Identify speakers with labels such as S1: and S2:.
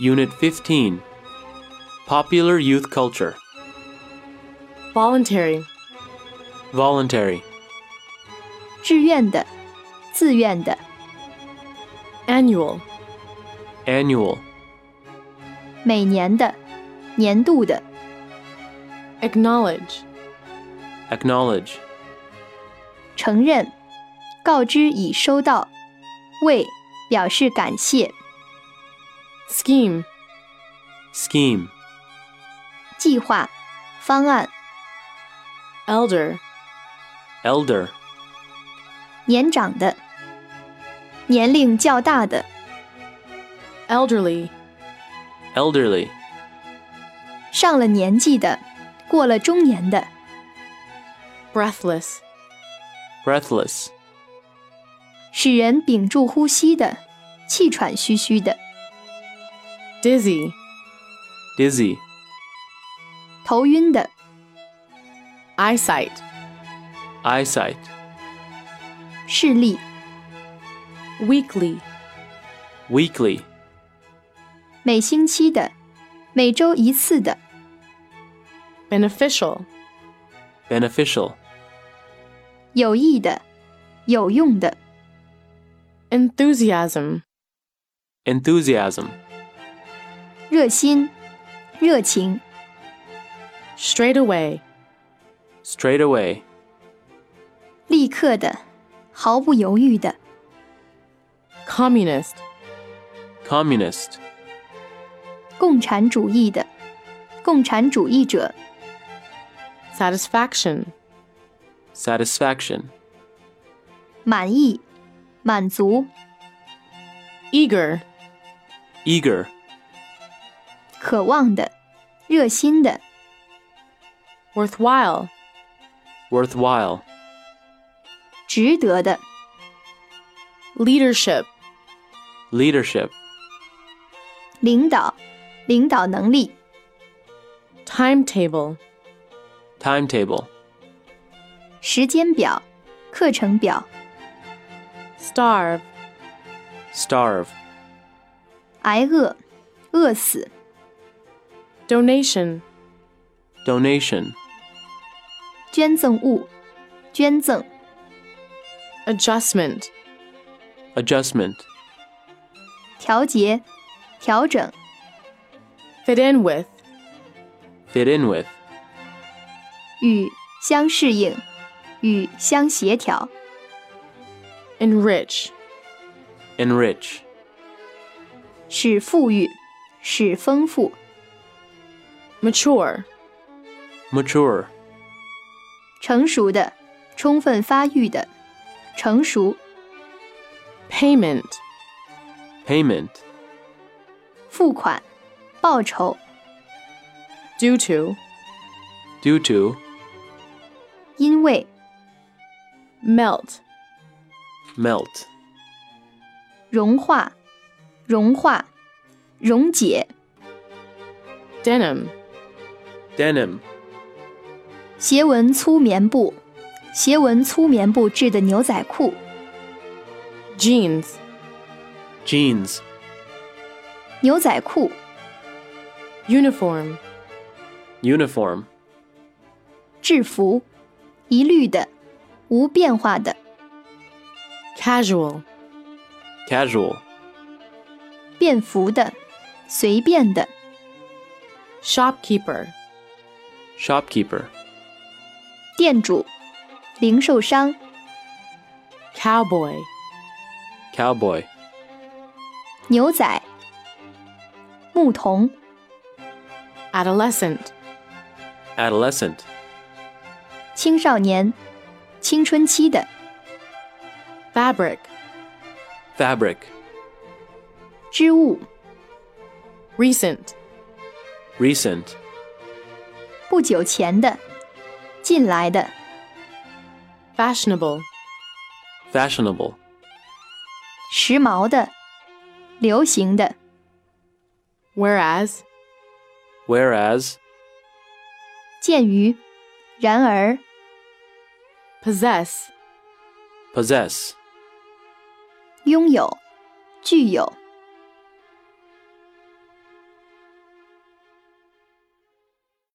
S1: Unit 15 Popular Youth Culture
S2: voluntary,
S1: Voluntary
S3: 志愿的、自愿的、
S2: annual,
S1: Annual
S3: 每年的、年度的、
S2: acknowledge,
S1: Acknowledge
S3: 承认、告知已收到、为表示感谢、
S2: scheme,
S1: Scheme
S3: 计划、方案、
S2: elder,
S1: Elder
S3: 年长的、年龄较大的、
S2: elderly,
S1: Elderly
S3: 上了年纪的、过了中年的、
S2: breathless,
S1: Breathless
S3: 使人屏住呼吸的、气喘吁吁的、
S2: dizzy,
S1: Dizzy
S3: 头晕的、
S2: eyesight,
S1: Eyesight
S3: 视力、
S2: weekly,
S1: Weekly
S3: 每星期的、每周一次的、
S2: beneficial,
S1: Beneficial
S3: 有益的、有用的、
S2: enthusiasm,
S1: Enthusiasm
S3: 热心、热情、
S2: straight away,
S1: Straight Away
S3: 立刻的、毫不犹豫的、
S2: communist,
S1: Communist
S3: 共产主义的、共产主义者、
S2: satisfaction,
S1: Satisfaction
S3: 满意、满足、
S2: eager,
S1: Eager
S3: 渴望的、热心的、
S2: worthwhile,
S1: Worthwhile
S3: 值得的、
S2: leadership,
S1: Leadership
S3: 领导、领导能力、
S2: timetable,
S1: Timetable
S3: 时间表、课程表、
S2: starve,
S1: Starve
S3: 挨饿、饿死、
S2: donation,
S1: Donation
S3: 捐赠物、捐赠、
S2: adjustment,
S1: Adjustment
S3: 调节、调整、
S2: fit in with,
S1: Fit in with
S3: 与相适应、与相协调、
S2: enrich,
S1: Enrich
S3: 使富裕、使丰富、
S2: mature,
S1: Mature
S3: 成熟的、充分发育的、成熟、
S2: payment,
S1: Payment
S3: 付款、报酬、
S2: due to,
S1: Due to
S3: 因为、
S2: melt,
S1: Melt
S3: 融化、融化、溶解、
S2: denim,
S1: Denim
S3: 斜纹粗棉布、斜纹粗棉布制的牛仔裤、
S2: jeans,
S1: Jeans
S3: 牛仔裤、
S2: uniform,
S1: Uniform
S3: 制服，一律的、无变化的、
S2: casual,
S1: Casual
S3: 便服的、随便的、
S2: shopkeeper,
S1: Shopkeeper
S3: 店主、零售商、
S2: cowboy,
S1: Cowboy
S3: 牛仔、牧童、
S2: adolescent,
S1: Adolescent
S3: 青少年、青春期的、
S2: fabric,
S1: Fabric
S3: 织物、
S2: recent,
S1: Recent
S3: 不久前的、近来的、
S2: fashionable,
S1: Fashionable
S3: 时髦的、流行的、
S2: whereas,
S1: Whereas
S3: 鉴于、然而、
S2: possess,
S1: Possess
S3: 拥有、具有、